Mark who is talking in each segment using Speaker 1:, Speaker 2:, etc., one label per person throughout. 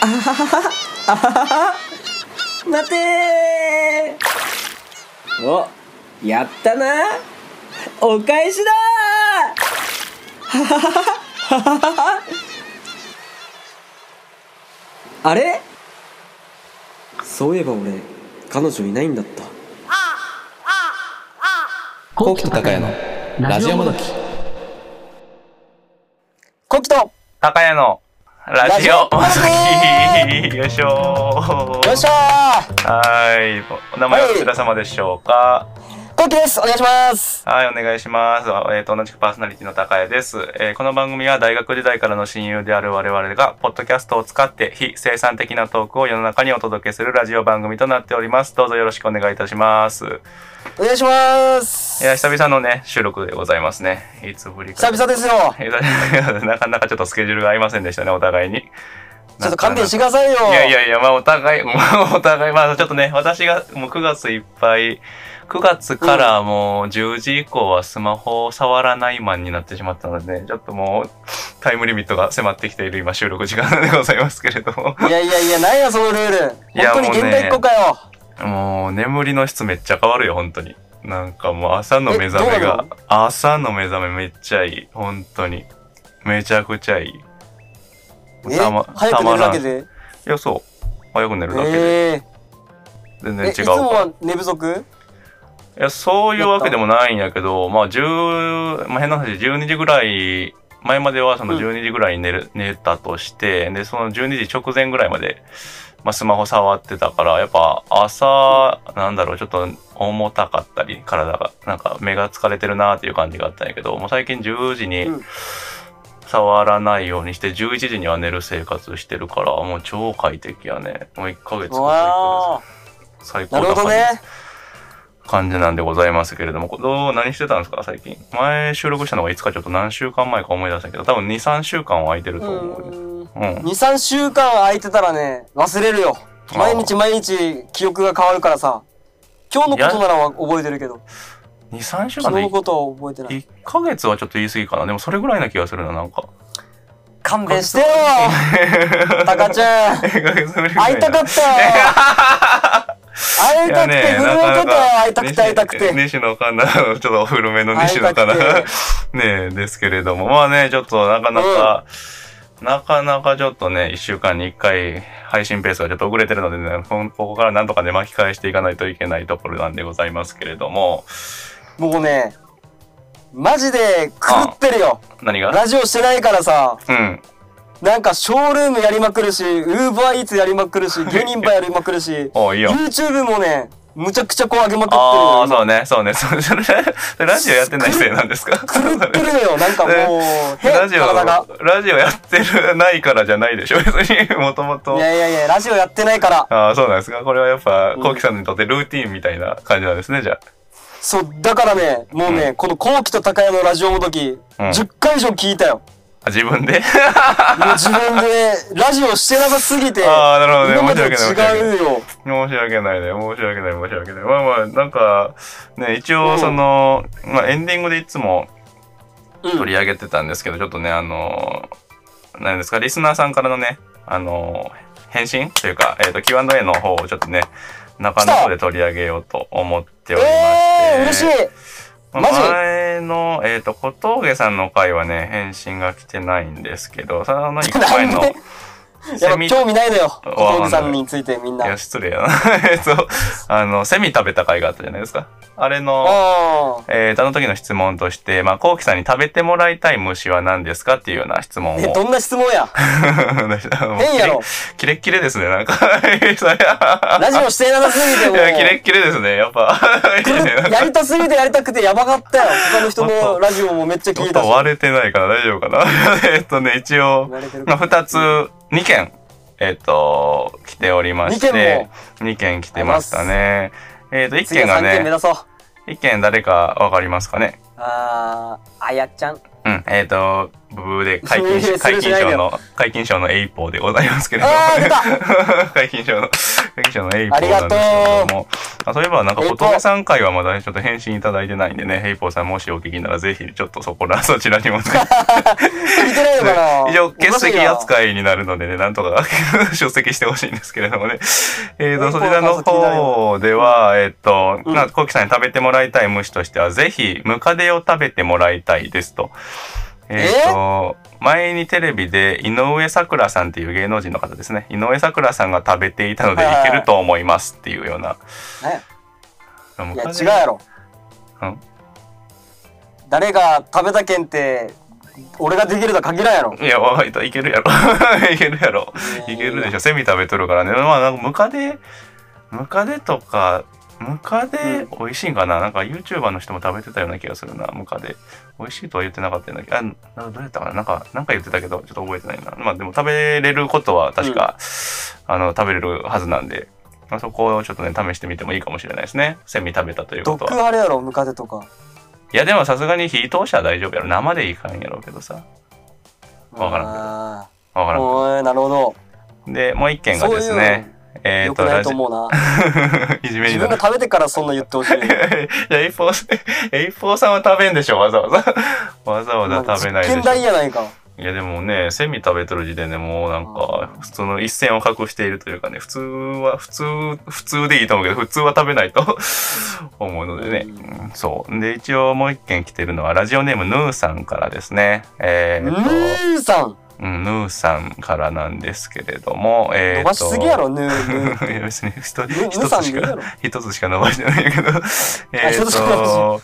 Speaker 1: はははあははは待てーおやったなお返しだーははははははは あれそういえば俺彼女いないんだった
Speaker 2: コキと高谷のラジオもどき。
Speaker 1: コキと
Speaker 3: 高谷のラジオまさきよいしょ
Speaker 1: よっし
Speaker 3: ょ
Speaker 1: ゃー
Speaker 3: はいお名前は皆様でしょうか
Speaker 1: コキですお願いします
Speaker 3: はい、お願いします。えっ、と、同じくパーソナリティの高谷です。えーこの番組は大学時代からの親友である我々が、ポッドキャストを使って非生産的なトークを世の中にお届けするラジオ番組となっております。どうぞよろしくお願いいたします。
Speaker 1: お願いします
Speaker 3: いや、久々のね、収録でございますね。いつぶりか。
Speaker 1: 久々ですよ
Speaker 3: 々なかなかちょっとスケジュールが合いませんでしたね、お互いに。
Speaker 1: ちょっと勘弁してくださいよ
Speaker 3: いやいやいや、まあお互い、 まあお互い、まあちょっとね、私がもう9月いっぱい、9月からもう10時以降はスマホを触らないマンになってしまったので、ね、ちょっともうタイムリミットが迫ってきている今収録時間でございますけれ ども、
Speaker 1: いやいやいや、なんやそのルール。
Speaker 3: いや
Speaker 1: 本当に
Speaker 3: もうね
Speaker 1: 現代っ子かよ。
Speaker 3: もう眠りの質めっちゃ変わるよ、本当に。なんかもう朝の目覚め
Speaker 1: えどうな
Speaker 3: が
Speaker 1: の、
Speaker 3: 朝の目覚めめっちゃいい、本当に。めちゃくちゃいい。
Speaker 1: え早く寝るだけで。
Speaker 3: いや、そう。早く寝るだけで。
Speaker 1: え
Speaker 3: 全
Speaker 1: え
Speaker 3: 然違
Speaker 1: え、いつ
Speaker 3: う
Speaker 1: も
Speaker 3: から。
Speaker 1: は寝不足
Speaker 3: いや、そういうわけでもないんやけど、まあ、10、まあ、変な話、12時ぐらい、前まではその
Speaker 1: うん
Speaker 3: 12時ぐらいに寝る、寝たとして、で、その12時直前ぐらいまで、まあ、スマホ触ってたから、やっぱ朝、なんだろう、ちょっと重たかったり、体が、なんか目が疲れてるなっていう感じがあったんやけど、もう最近10時に
Speaker 1: うん
Speaker 3: 触らないようにして、11時には寝る生活してるから、もう超快適やね。もう1ヶ月か
Speaker 1: わあ。
Speaker 3: 最高
Speaker 1: な
Speaker 3: な
Speaker 1: る
Speaker 3: 感
Speaker 1: ほど
Speaker 3: じ
Speaker 1: ね。
Speaker 3: 感じなんでございますけれども、こどう、何してたんですか、最近。前収録したのがいつかちょっと何週間前か思い出したけど、多分2、3週間は空いてる
Speaker 1: う
Speaker 3: と思う。
Speaker 1: ん。
Speaker 3: うん。
Speaker 1: 2、3週間空いてたらね、忘れるよ。
Speaker 3: あー
Speaker 1: 毎日毎日記憶が変わるからさ。今日のことならは覚えてるけど、
Speaker 3: 2、3週間
Speaker 1: 昨日
Speaker 3: で
Speaker 1: のことは覚えてない。
Speaker 3: 1ヶ月はちょっと言い過ぎかな。でもそれぐらいな気がするな、なんか。
Speaker 1: 勘弁 してよタカちゃん
Speaker 3: 1ヶ月ぶりぐら
Speaker 1: 会
Speaker 3: い
Speaker 1: い
Speaker 3: な
Speaker 1: たかったよ会いたくて、
Speaker 3: いや
Speaker 1: 震
Speaker 3: ね
Speaker 1: えて
Speaker 3: なか
Speaker 1: た
Speaker 3: な
Speaker 1: よ
Speaker 3: か
Speaker 1: 会いたくて、会いたくて。
Speaker 3: 西西野か な、ちょっと古めの西野かな
Speaker 1: 会いたく。
Speaker 3: ねえ、ですけれども。まあね、ちょっとなかなか、なかなかちょっとね、一週間に一回配信ペースがちょっと遅れてるのでね、こんここからなんとかね、巻き返していかないといけないところなんでございますけれども。
Speaker 1: もうね、マジで狂ってるよ。
Speaker 3: 何が
Speaker 1: ラジオしてないからさ。
Speaker 3: うん。
Speaker 1: なんかショールームやりまくるし、ウーバーイーツやりまくる し、芸人バーやりまくるし、
Speaker 3: おういいよ。
Speaker 1: YouTube もね、むちゃくちゃこう上げまくってる
Speaker 3: ああ、
Speaker 1: よ。
Speaker 3: そうね、そうね、そうそれ、それラ ジオやってないせいなんですか
Speaker 1: 狂ってるのよ、なん かもう、
Speaker 3: ラ
Speaker 1: 変、
Speaker 3: ジオ、
Speaker 1: 体が。
Speaker 3: ラジオやってる、ないからじゃないでしょ別に、もともと。
Speaker 1: いやいやいや、ラジオやってないから。
Speaker 3: ああ、そうなんですか。これはやっぱ
Speaker 1: う、ん
Speaker 3: コウキさんにとってルーティーンみたいな感じなんですね、じゃ
Speaker 1: そう、だからね、もうね、この後期と高谷のラジオの時、
Speaker 3: うん
Speaker 1: 10回以上聞いたよ。
Speaker 3: あ。自分で
Speaker 1: もう自分で、ラジオしてなさすぎて、
Speaker 3: ああ、なるほどね。
Speaker 1: 今ま
Speaker 3: 申し
Speaker 1: で
Speaker 3: 訳
Speaker 1: と
Speaker 3: ない。
Speaker 1: 違うよ。
Speaker 3: 申し訳ないね。申し訳ない、申し訳ない。まあまあ、なんか、ね、一応、その、まあ、エンディングでいつも
Speaker 1: うん
Speaker 3: 取り上げてたんですけど、ちょっとね、あの、何ですか、リスナーさんからのね、あの、返信というか、えっ、と、Q&A の方をちょっとね、中野方で取り上げようと思っておりまして。
Speaker 1: えー、嬉しい。
Speaker 3: まあ
Speaker 1: マジ
Speaker 3: 前の、えっ、と、小峠さんの回はね、返信が来てないんですけど、その一個前
Speaker 1: なん
Speaker 3: の、
Speaker 1: でやっ
Speaker 3: セ
Speaker 1: ぱ
Speaker 3: ミ、い
Speaker 1: 興味ないのよ、
Speaker 3: わ
Speaker 1: 小峠さんについてみんな。
Speaker 3: や、失礼やな。 えっと、あの、セミ食べた回があったじゃないですか。あれの、
Speaker 1: ああ。
Speaker 3: えー、あの時の質問として、まあ、コウキさんに食べてもらいたい虫は何ですかっていうような質問を。
Speaker 1: え、どんな質問や変
Speaker 3: 変
Speaker 1: やろ
Speaker 3: キレッキレですね、なんか。 それは
Speaker 1: ラジオしてなさすぎても
Speaker 3: いうや、キレッキレですね、やっぱ。いいねなんか
Speaker 1: やりたすぎてやりたくてやばかったよ。他の人のラジオもめっちゃ聞い
Speaker 3: 音
Speaker 1: たし。
Speaker 3: 割れてないから大丈夫かな えっとね、一応、
Speaker 1: 割れてる
Speaker 3: まあ、2つ、2件、えっと、来ておりまし
Speaker 1: 二件
Speaker 3: て
Speaker 1: も、
Speaker 3: 2件来てましたね。えっと、1
Speaker 1: 次
Speaker 3: 件
Speaker 1: は
Speaker 3: が
Speaker 1: 3件目
Speaker 3: ね、
Speaker 1: 指そう。
Speaker 3: 1件誰かわかりますかね
Speaker 1: あー、あやちゃん。
Speaker 3: うん、えっと、ブ ブーで解禁し、
Speaker 1: それ
Speaker 3: 解
Speaker 1: それ
Speaker 3: 禁賞の、解禁賞のエイポーでございますけれども、
Speaker 1: あー出
Speaker 3: 解禁賞の、解禁賞のエイポ
Speaker 1: あ
Speaker 3: ー
Speaker 1: り
Speaker 3: な
Speaker 1: が
Speaker 3: ん
Speaker 1: とう
Speaker 3: ですけれども、あそういえばなんか
Speaker 1: エイポー
Speaker 3: 仏さん会はまだちょっと返信いただいてないんでね、エイポーさんもしお聞きならぜひちょっとそこら、そちらにもね、
Speaker 1: 聞いてないのかな
Speaker 3: 一応欠席
Speaker 1: い
Speaker 3: 扱いになるのでね、なんとか 出席してほしいんですけれどもね。えーと、そちらの方では、えっと、
Speaker 1: うん
Speaker 3: な、コキさんに食べてもらいたい虫としては、ぜひ、ムカデを食べてもらいたいですと。えっと、前にテレビで井上咲楽さんっていう芸能人の方ですね。井上咲楽さんが食べていたので、
Speaker 1: はいはいい
Speaker 3: けると思いますっていうような。
Speaker 1: い
Speaker 3: ム
Speaker 1: や
Speaker 3: カ
Speaker 1: 違
Speaker 3: デ
Speaker 1: うやろ
Speaker 3: うん
Speaker 1: 誰が食べたけんって俺ができるとは限らんやろ
Speaker 3: いや、わかったいけるやろ。 いけるやろ。 いけるでしょ。セミ食べとるからね。まあ、なんかムカデ、ムカデとか、ムカデ美味しいんかな、なんか YouTuber の人も食べてたような気がするな、ムカデ。美味しいとは言ってなかったような気が、あ、などうやったかななんか、なんか言ってたけど、ちょっと覚えてないな。まあでも食べれることは確か、あの、食べれるはずなんで、まあ、そこをちょっとね、試してみてもいいかもしれないですね。セミ食べたということ
Speaker 1: 毒
Speaker 3: は。
Speaker 1: あれやろムカデとか
Speaker 3: いや、でもさすがに火通したら大丈夫やろ。生でいかんやろうけどさ。わからんけど
Speaker 1: あ
Speaker 3: わから
Speaker 1: ー
Speaker 3: ん
Speaker 1: おーいなるほど
Speaker 3: けど。で、もう一件がですね、え
Speaker 1: よ
Speaker 3: っ
Speaker 1: く
Speaker 3: と、
Speaker 1: ない
Speaker 3: ラ
Speaker 1: と
Speaker 3: ジ
Speaker 1: 思う な
Speaker 3: いじ
Speaker 1: 自
Speaker 3: めにな
Speaker 1: 分
Speaker 3: る
Speaker 1: が。食べてからそんな言 ってほしい
Speaker 3: いや、エイポーさん、エイポーさんは食べんでしょ、わざわ ざ。わざわざ食べないで
Speaker 1: 実験
Speaker 3: しょ。
Speaker 1: 台やないか
Speaker 3: いや、でもね、セミ食べとる時点でもうなんか、普通の一線を隠しているというかね、普通は、普通、普通でいいと思うけど、普通は食べないと 思うのでね。うんそう。で、一応もう一件来てるのは、ラジオネームヌーさんからですね。え
Speaker 1: ヌ
Speaker 3: ーっ
Speaker 1: ーさん
Speaker 3: と、うんヌーさんからなんですけれども、えーっと。
Speaker 1: 伸ばしすぎやろヌーヌー
Speaker 3: いや別に一つ
Speaker 1: ぬ
Speaker 3: 一つし
Speaker 1: ぬさんでいいや
Speaker 3: か
Speaker 1: ろ
Speaker 3: 一つしか伸ばしてないけどえ
Speaker 1: 一
Speaker 3: っ
Speaker 1: つしか伸ばして
Speaker 3: と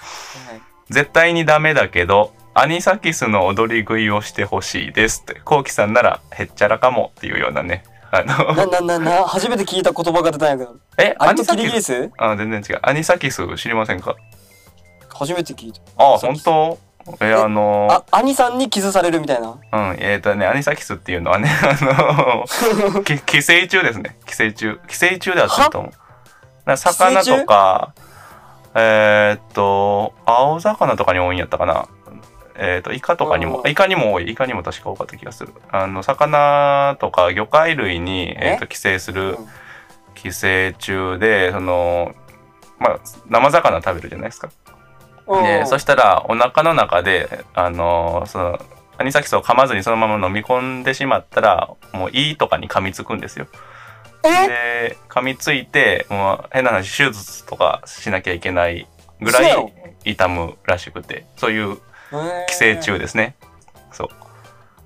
Speaker 3: 絶対にダメだけどアニサキスの踊り食いをしてほしいですってコウキさんならへっちゃらかもっていうようなねあ
Speaker 1: な
Speaker 3: の
Speaker 1: ななな初めて聞いた言葉が出たんやけど
Speaker 3: え
Speaker 1: あ
Speaker 3: ア
Speaker 1: れ
Speaker 3: ニ
Speaker 1: と
Speaker 3: サ
Speaker 1: キリ
Speaker 3: キ
Speaker 1: ギリ
Speaker 3: ス
Speaker 1: ス
Speaker 3: あ全然違うアニサキス知りませんか
Speaker 1: 初めて聞いた
Speaker 3: あ
Speaker 1: アニサ
Speaker 3: 本
Speaker 1: キス
Speaker 3: 当え
Speaker 1: え
Speaker 3: あの
Speaker 1: あ兄さんにキスされるみたいな
Speaker 3: うんえっ、とねアニサキスっていうのはね あ のき寄生虫ですね寄生虫寄生虫であってると思うなんか魚とかえーっと青魚とかに多いんやったかなえーっとイカとかにも
Speaker 1: うん
Speaker 3: イカにも多いイカにも確か多かった気がするあの魚とか魚介類に、えーっと寄生する
Speaker 1: うん
Speaker 3: 寄生虫でそのまあ生魚食べるじゃないですかでそ
Speaker 1: し
Speaker 3: したらお腹の中であのーそのアニサキスを噛まずにそのまま飲み込んでしまったらもう胃とかに噛みつくんですよ。
Speaker 1: え
Speaker 3: で噛みついてもう変な話手術とかしなきゃいけないぐら
Speaker 1: そう
Speaker 3: い痛むらしくてそういう寄生虫ですね。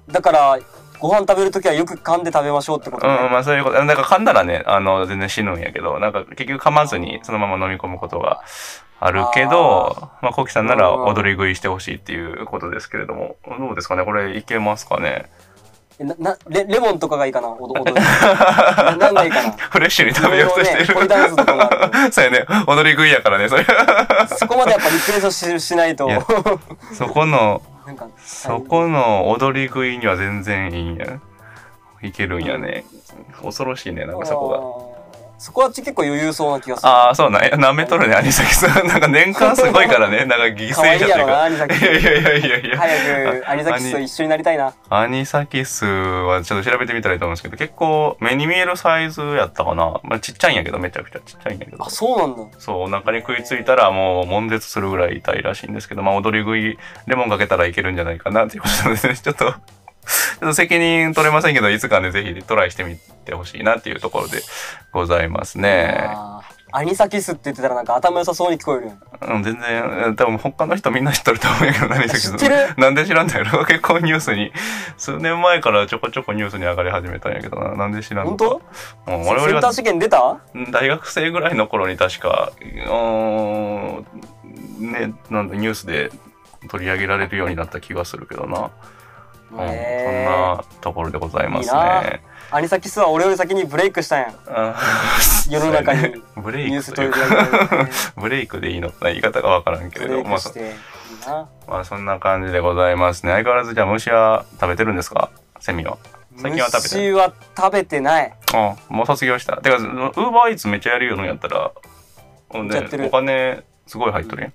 Speaker 1: だからご飯食べるときはよく噛んで食べましょうってこと
Speaker 3: うん、
Speaker 1: ね
Speaker 3: まあそういうこと。なんか噛んだらね、あの、全然死ぬんやけど、なんか結局噛まずにそのまま飲み込むことがあるけど、まあコキさんなら踊り食いしてほしいっていうことですけれども、どうですかねこれいけますかね
Speaker 1: えななレレモンとかがいいかなお どおどななんがいいかな
Speaker 3: フレッシュに食べようとして
Speaker 1: いろいろねポリダ
Speaker 3: る。
Speaker 1: ンスとかもあ
Speaker 3: そうやね。踊り食いやからね、それ。
Speaker 1: そこまでやっぱリクエストししないと
Speaker 3: いやそこの、
Speaker 1: なんか
Speaker 3: そこの踊り食いには全然いいんや。いけるんやね。恐ろしいね、なんかそこが。
Speaker 1: がそこは結構余裕そうな気がする
Speaker 3: ああ、そうなんや。舐めとるね、アニサキさん。なんか年間すごいか らね。なんか犠牲
Speaker 1: かわいいや
Speaker 3: 者という
Speaker 1: ろな
Speaker 3: か。
Speaker 1: アニサキ
Speaker 3: いやいやいやいやいや。
Speaker 1: 早くアニサキスと一緒になりたいな
Speaker 3: アニサキスはちょっと調べてみたらいいと思うんですけど、結構目に見えるサイズやったかな。まあちっちゃいんやけど、めちゃくちゃちっちゃいんやけど
Speaker 1: あ。そうなんだ
Speaker 3: そう、お腹に食いついたらもう悶絶するぐらい痛いらしいんですけど、まあ踊り食い、レモンかけたらいけるんじゃないかなっていうことですね。ちょ っと、ちょっと責任取れませんけど、いつかね、ぜひトライしてみてほしいなっていうところでございますね。
Speaker 1: あーアニサキスって言ってたらなんか頭良さそうに聞こえるよ
Speaker 3: うん、全然、うん多分他の人みんな知っとると思うけど、何ですけど。
Speaker 1: 知ってる
Speaker 3: なんで知らんだろ結構ニュースに、数年前からちょこちょこニュースに上がり始めたんやけどな。なんで知らんの
Speaker 1: 本
Speaker 3: か。
Speaker 1: 当
Speaker 3: うん、
Speaker 1: セ
Speaker 3: 我
Speaker 1: ン
Speaker 3: 々
Speaker 1: タ
Speaker 3: が
Speaker 1: ー試験出た
Speaker 3: うん大学生ぐらいの頃に確か、うーん、ね、なんだ、ニュースで取り上げられるようになった気がするけどな。うん、そん
Speaker 1: へー
Speaker 3: なところでございます
Speaker 1: いいな
Speaker 3: ね。
Speaker 1: アニサキスは俺より先にブレイクしたんや
Speaker 3: あー
Speaker 1: 世の中に
Speaker 3: そうやね ブレ
Speaker 1: ニュー
Speaker 3: イ
Speaker 1: スと
Speaker 3: クと
Speaker 1: い
Speaker 3: いうう
Speaker 1: か
Speaker 3: か、ブレイクでいいのかな言い方がわからんけ
Speaker 1: ブレ
Speaker 3: れど
Speaker 1: イ
Speaker 3: も、ま
Speaker 1: ク
Speaker 3: あ、
Speaker 1: していいな
Speaker 3: まあそんな感じでございますね。相変わらずじゃあ虫は食べてるんですかセミは。最近は食べてる。
Speaker 1: 虫は食べてない
Speaker 3: うん、もう卒業した。てか、ウーバーイーツめっちゃやるようにやったら、ほんで
Speaker 1: やってる
Speaker 3: お金すごい入っとるやん。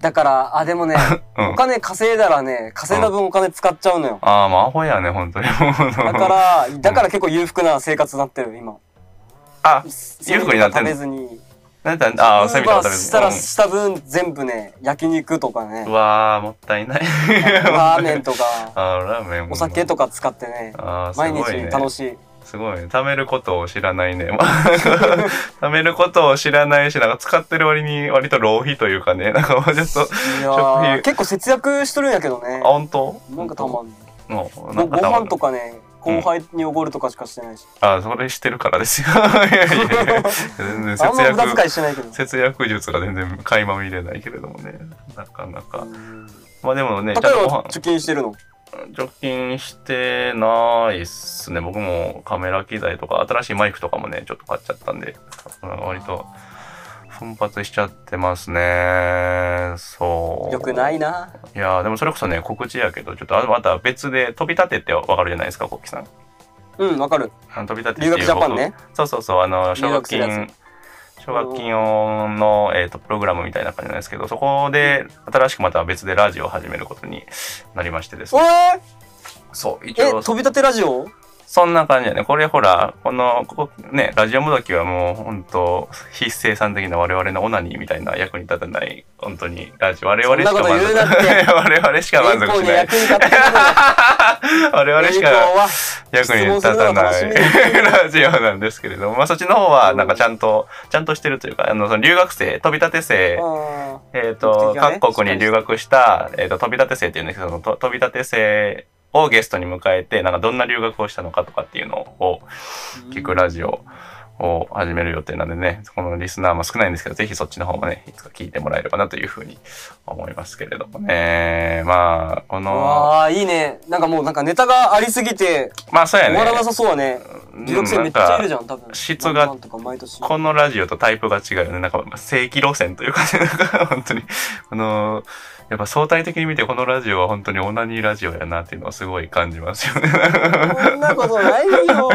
Speaker 1: だから、あ、で もね、
Speaker 3: うん
Speaker 1: お金稼いだらね、稼いだ分お金使っちゃうのよ。
Speaker 3: ああ、まあ、アホやね、本当に。
Speaker 1: だから、だから結構裕福な生活になってる、今。
Speaker 3: あ、裕福になって
Speaker 1: 食
Speaker 3: ん
Speaker 1: べ
Speaker 3: の
Speaker 1: ずに。
Speaker 3: なんだああ、そういう意味では
Speaker 1: まあ
Speaker 3: 食べる
Speaker 1: したら、
Speaker 3: うん
Speaker 1: した分全部ね、焼肉とか
Speaker 3: う
Speaker 1: ね、
Speaker 3: わー、もったいない。
Speaker 1: ラーメン
Speaker 3: と
Speaker 1: とか、
Speaker 3: あーラーメンも
Speaker 1: お酒とか使ってね、
Speaker 3: あー
Speaker 1: 毎
Speaker 3: すご
Speaker 1: 日
Speaker 3: いね
Speaker 1: 楽しい。
Speaker 3: すごいね。貯めることを知らないね。まあ 貯めることを知らないし、なんか使ってる割に、割と浪費というかね。なんかもうちょっ
Speaker 1: い
Speaker 3: と、
Speaker 1: や
Speaker 3: 食費
Speaker 1: ー結構節約しとるんやけどね
Speaker 3: あ、。本当
Speaker 1: なんかたまんない。
Speaker 3: もう、
Speaker 1: も
Speaker 3: な
Speaker 1: うんご
Speaker 3: かたま
Speaker 1: 飯とかね、後輩におごるとかしかしてないし。
Speaker 3: あ、それしてるから ですよ。いやいやいや全然
Speaker 1: あん
Speaker 3: 節
Speaker 1: ま無駄遣
Speaker 3: 約、
Speaker 1: いしてないけど。
Speaker 3: 節約術が全然垣間見れないけれどもね。なかなか。まあでもね、
Speaker 1: 例え
Speaker 3: ちゃんとご
Speaker 1: ば
Speaker 3: 飯、
Speaker 1: 貯金してるの。
Speaker 3: 貯金してないっすね。僕もカメラ機材とか、新しいマイクとかもね、ちょっと買っちゃったんで、割と奮発しちゃってますね。そう。
Speaker 1: よくないな。
Speaker 3: いやーでもそれこそね、告知やけど、ちょっとあまた別で飛び立てってわかるじゃないですか、コッキーさん。
Speaker 1: うん、わかる。
Speaker 3: あの飛び立てって
Speaker 1: 留
Speaker 3: い
Speaker 1: 学
Speaker 3: う
Speaker 1: ジャパンね。
Speaker 3: そうそうそう、あの、奨
Speaker 1: 留学
Speaker 3: 学
Speaker 1: するやつ
Speaker 3: 金、奨学金用の、えー、とプログラムみたいな感じなんですけど、そこで新しくまた別でラジオを始めることになりましてです
Speaker 1: お
Speaker 3: ね。
Speaker 1: え
Speaker 3: そう、一
Speaker 1: え、
Speaker 3: 応、
Speaker 1: 飛び立てラジオ
Speaker 3: そんな感じやね。これほら、この、ここね、ラジオもどきはもう、本当非生産的な我々のオナニーみたいな役に立たない、本当に、ラジオ、我々しか
Speaker 1: そんなこと言うなっ
Speaker 3: 我々しか満
Speaker 1: 遠
Speaker 3: 足
Speaker 1: 方
Speaker 3: し
Speaker 1: に
Speaker 3: ない
Speaker 1: 役。に立って るの
Speaker 3: 我々し
Speaker 1: 遠方
Speaker 3: か
Speaker 1: は。
Speaker 3: 役に立たない ラジオなんですけれども、まあ、そっちの方はなんかちゃんと、ちゃんとしてるというかあのその留学生飛び立て生、
Speaker 1: あ
Speaker 3: えーと
Speaker 1: 目的がね
Speaker 3: 各国に留学した、えー、と飛び立て生っていうんですけどそのと飛び立て生をゲストに迎えてなんかどんな留学をしたのかとかっていうのを
Speaker 1: ー
Speaker 3: 聞くラジオを始める予定なんでねこのリスナーも少ないんですけどぜひそっちの方もねいつか聞いてもらえればなというふうに思いますけれどもねまあこ
Speaker 1: う
Speaker 3: の
Speaker 1: わあ、いいね。なんかもうなんかネタがありすぎて
Speaker 3: まあそうや
Speaker 1: 終
Speaker 3: ね
Speaker 1: わらなさそうはね。留学生めっちゃいるじゃん、多分。
Speaker 3: 質が
Speaker 1: ワンマンとか毎年。
Speaker 3: このラジオとタイプが違うよね。なんか、正規路線というか、ね、 なんか、本当に、あのやっぱ相対的に見てこのラジオは本当にオナニーラジオやなっていうのをすごい感じますよね。
Speaker 1: そんなことないよ。
Speaker 3: い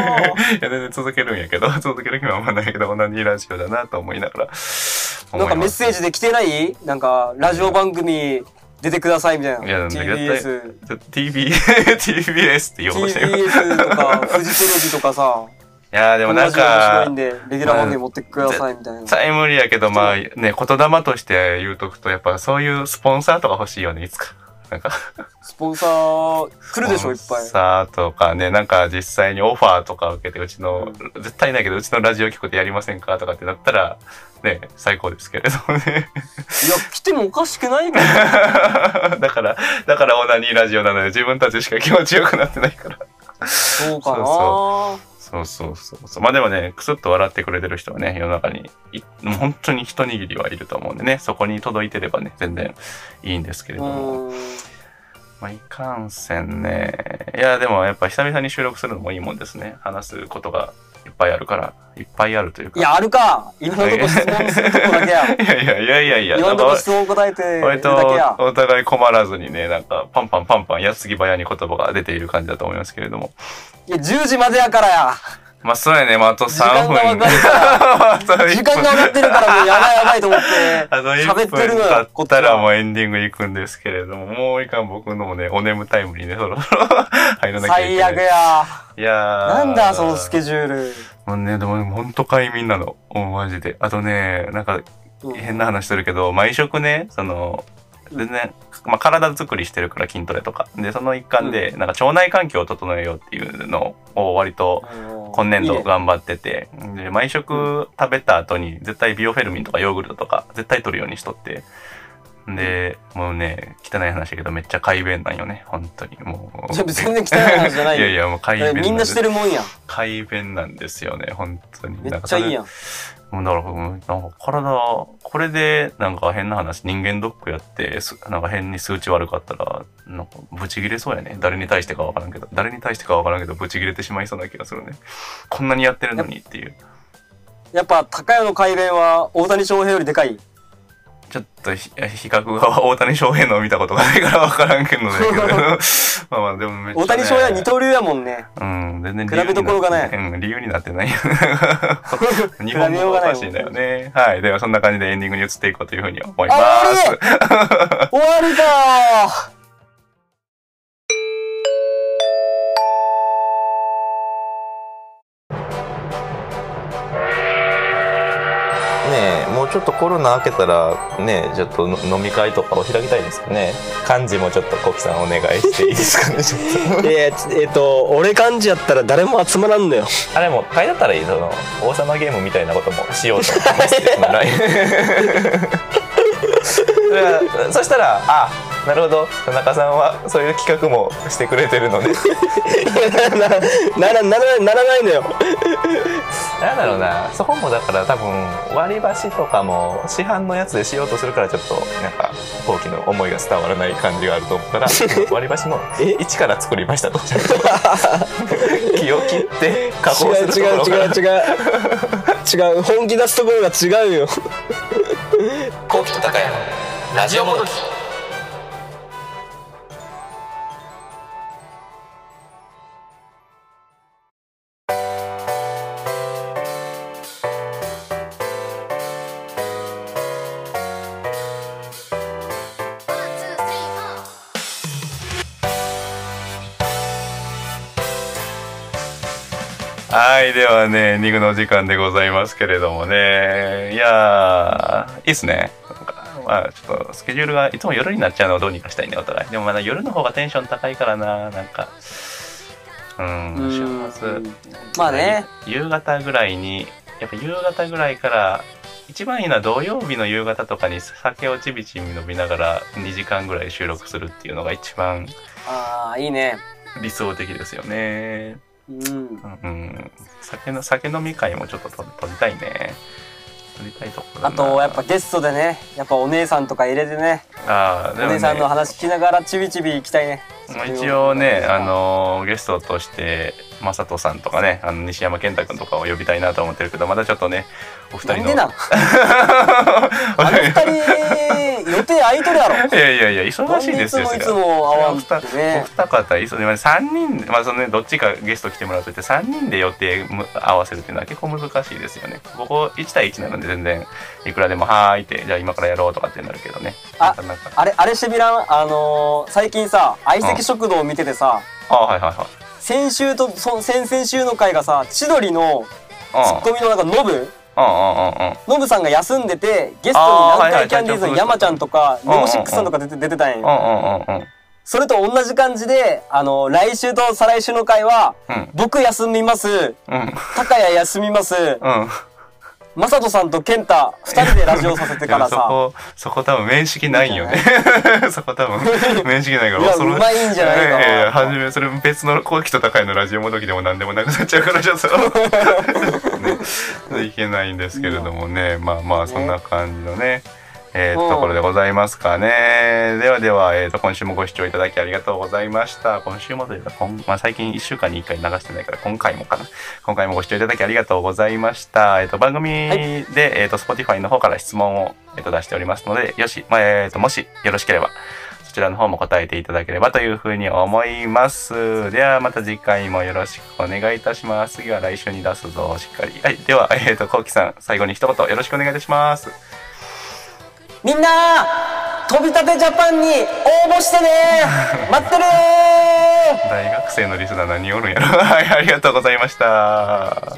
Speaker 3: や、全然続けるんやけど、続ける気はあんまないけど、オナニーラジオだなと思いながら。
Speaker 1: なんかメッセージで来てないなんかラジオ番組出てくださいみたいな。
Speaker 3: いやなんだけど
Speaker 1: TBS、
Speaker 3: TB、TBS って言おうとしてる。い
Speaker 1: TBS とかフジテレビとかさ、
Speaker 3: や、でもなん
Speaker 1: このラジオ
Speaker 3: か
Speaker 1: 面、白いんでレギュラー番組持ってくださいみたいな。
Speaker 3: 絶対無理やけど、まあね、言霊として言うとくと、やっぱそういうスポンサーとか欲しいよね、いつか。なんか。
Speaker 1: スポンサー来るでしょいっぱい。
Speaker 3: さあとかね、なんか実際にオファーとか受けて、うちの、絶対ないけど、うちのラジオ局でやりませんかとかってなったら、ね、最高ですけれどもね。
Speaker 1: いや来てもおかしくないけど。
Speaker 3: だから、だからオナニーラジオなので自分たちしか気持ちよくなってないから。
Speaker 1: そうかな。
Speaker 3: そそうそうそうそう。まあでもね、くすっと笑ってくれてる人はね、世の中にい、もう本当に一握りはいると思うんでね、そこに届いてればね、全然いいんですけれども。
Speaker 1: うーん
Speaker 3: まあ、いかんせんね。いや、でもやっぱ久々に収録するのもいいもんですね。話すことがいっぱいあるから、いっぱいあるというか。
Speaker 1: いやあるか。今のとこ質問するとこだけや。
Speaker 3: いやいやいやいやいや、
Speaker 1: 今の
Speaker 3: なん
Speaker 1: と
Speaker 3: か
Speaker 1: こ質問答えてる
Speaker 3: 割と
Speaker 1: だけや。
Speaker 3: お互い困らずにね、なんかパンパンパンパン、矢継ぎ早に言葉が出ている感じだと思いますけれども。
Speaker 1: いや10時までやからや。
Speaker 3: まあ、そうやね、まあ、あと
Speaker 1: 時間
Speaker 3: 3
Speaker 1: が分
Speaker 3: 分。
Speaker 1: かる から。
Speaker 3: あと1
Speaker 1: 時間が上がってるからもうやばいやばいと思っ
Speaker 3: あの
Speaker 1: て
Speaker 3: 1
Speaker 1: 喋
Speaker 3: 分
Speaker 1: ってるの
Speaker 3: 経
Speaker 1: よ。
Speaker 3: ったらも
Speaker 1: こ
Speaker 3: うエンディング行くんですけれども、もういかん僕のもね、お眠タイムにね、そろそろ 入ら
Speaker 1: っ
Speaker 3: な
Speaker 1: ち
Speaker 3: き
Speaker 1: は
Speaker 3: ゃい
Speaker 1: 最
Speaker 3: けない。
Speaker 1: 悪や。
Speaker 3: いやー
Speaker 1: なんだそのスケジュール。
Speaker 3: もうね、でも、ほんと快眠なの。もうマジで。あとね、なんか、
Speaker 1: うん
Speaker 3: 変な話するけど、毎食ね、その、全然、まあ、体作りしてるから筋トレとか。で、その一環で、なんか腸内環境を整えようっていうのを割と、今年
Speaker 1: いい
Speaker 3: 度
Speaker 1: ね
Speaker 3: 頑張ってて、で、毎食食べた後に、絶対ビオフェルミンとかヨーグルトとか、絶対取るようにしとって。で、もうね、汚い話だけど、めっちゃ快便なんよね、本当に。もう。
Speaker 1: いや全然汚い話じゃない
Speaker 3: い
Speaker 1: よ
Speaker 3: やいや、もう快
Speaker 1: え
Speaker 3: 便
Speaker 1: みんなしてるもんや。
Speaker 3: 快便なんですよね、本当に。
Speaker 1: め
Speaker 3: なん
Speaker 1: っ
Speaker 3: か
Speaker 1: ちゃいいやん。
Speaker 3: もうだから、うんなんか体、これで、なんか変な話、人間ドックやって、すなんか変に数値悪かったら、なんかブチギレそうやね。誰に対してかわからんけど、誰に対してかわからんけど、ブチギレてしまいそうな気がするね。こんなにやってるのにっていう。
Speaker 1: やっぱ高谷の改弁は大谷翔平よりでかい。
Speaker 3: ちちょっとひ比較が大谷翔平のを見たことがないから分からんけど ね。まあまあでもめっちゃ、ね。
Speaker 4: 大谷翔平は二刀流やもんね。
Speaker 3: うん、全然
Speaker 4: 比べどころがない
Speaker 3: うん、理由になって ない。 日本語がおかしいんだよね。はい。ではそんな感じでエンディングに移っていこうというふうに思います。
Speaker 4: 終わりか
Speaker 5: ねえもうちょっとコロナ明けたらねえちょっとの飲み会とかを開きたいですよね漢字もちょっとコキさんお願いしていいですかねちょっ
Speaker 4: ーえー、えっと、俺感じやったら誰も集まらんのよ。
Speaker 5: とあれも書いてあったらいいその王様ゲームみたいなこともしようと思 ってますそのラインそしたらあなるほど田中さんはそういう企画もしてくれてるので
Speaker 4: なら、なら、なら、ならないのよ。
Speaker 5: なんだろうなそこもだから多分割り箸とかも市販のやつでしようとするからちょっとなんか後期の思いが伝わらない感じがあると思っ たら割り箸も「一から作りました」とちゃんと気を切って加工
Speaker 4: 違う違
Speaker 5: するとこ
Speaker 4: う
Speaker 5: ろか
Speaker 4: 違
Speaker 5: ら
Speaker 4: う違う。 違う、本気出すところが違うよ。
Speaker 2: 後期と高谷のラジオもどき
Speaker 3: はい、ではね、エンディングのお時間でございますけれどもね。いやー、いいっすね。なんかまあ、ちょっとスケジュールがいつも夜になっちゃうのをどうにかしたいね、お互い。でもまだ夜の方がテンション高いからな、なんか。うん、
Speaker 1: うん
Speaker 3: 週末。
Speaker 1: まあね。
Speaker 3: 夕方ぐらいに、やっぱ夕方ぐらいから、一番いいのは土曜日の夕方とかに酒をちびちび飲みながら2時間ぐらい収録するっていうのが一番
Speaker 1: ああ、いいね。
Speaker 3: 理想的ですよね。
Speaker 1: うん。
Speaker 3: うん、酒の酒飲み会もちょっとと撮りたいね。撮りたいところだ
Speaker 1: あ
Speaker 3: な
Speaker 1: と、やっぱゲストでね、やっぱお姉さんとか入れてね、
Speaker 3: あーで
Speaker 1: お
Speaker 3: もね
Speaker 1: 姉さんの話聞きながらちびちび行きたいね。
Speaker 3: まあ一応ね、
Speaker 1: そう
Speaker 3: あのゲストとして、マサトさんとかね、あの西山健太君とかを呼びたいなと思ってるけど、まだちょっとね、お二
Speaker 1: な
Speaker 3: 人
Speaker 1: ん
Speaker 3: の。
Speaker 1: でなんあの二人、予定空いとるやろ。
Speaker 3: いやいやいや、忙しいですよ。
Speaker 1: いつもいつ
Speaker 3: そ
Speaker 1: も
Speaker 3: れは
Speaker 1: 合わんくてね
Speaker 3: お二方、いそまあ三人、まあそのね、どっちかゲスト来てもらうといって、三人で予定む合わせるっていうのは結構難しいですよね。ここ一対一なので全然、いくらでも、はーいって、じゃあ今からやろうとかってなるけどね。
Speaker 1: あ
Speaker 3: なかなか
Speaker 1: あれ、あれしてみらんあのー最近さ、相席食堂を見ててさ、
Speaker 3: あ、はいはいはい。
Speaker 1: 先週とそ先々週の回がさ、千鳥の
Speaker 3: うん
Speaker 1: ツッコミのなんかノブ
Speaker 3: うんうんうんうん。
Speaker 1: ノブさんが休んでて、ゲストに
Speaker 3: あー
Speaker 1: 南
Speaker 3: はいはい
Speaker 1: 海キャンディーズの山ちゃんとか、
Speaker 3: うんうんうん
Speaker 1: ネゴシックスさんとか出て出てたんよ。
Speaker 3: うんうんうんうん。
Speaker 1: それと同じ感じで、あのー来週と再来週の回は、
Speaker 3: うん
Speaker 1: 僕休みます、
Speaker 3: うん。
Speaker 1: 高谷休みます、
Speaker 3: うん。
Speaker 1: マサトさんと健太、二人でラジオさせて
Speaker 3: で
Speaker 1: か
Speaker 3: も
Speaker 1: ら
Speaker 3: そ
Speaker 1: さ、
Speaker 3: こ、そこ多分面識ないよね。そこ 多分面識ないから
Speaker 1: いや、
Speaker 3: 恐ろ
Speaker 1: うまいんじゃないかな。
Speaker 3: ややはじめそれ別の高貴と高いのラジオもどきでも何でもなくなっちゃうからちょっ と、ね、いけないんですけれどもねまあまあそんな感じのねえー
Speaker 1: うん
Speaker 3: ところでございますかね。ではでは、えー、と今週もご視聴いただきありがとうございました。今週もというか、今まあ、最近1週間に1回流してないから、今回もかな。今回もご視聴いただきありがとうございました。えっ、と、番組で、えっ、と、Spotify の方から質問を、えっ、と、出しておりますので、よし、まあ、えっ、と、もしよろしければ、そちらの方も答えていただければというふうに思います。ではまた次回もよろしくお願いいたします。次は来週に出すぞ、しっかり。はい、では、えっ、と、こうきさん、最後に一言よろしくお願いいたします。
Speaker 1: みんな飛び立てジャパンに応募してね 待ってるー
Speaker 3: 大学生のリスナー何人おるんやろ。はい、ありがとうございました。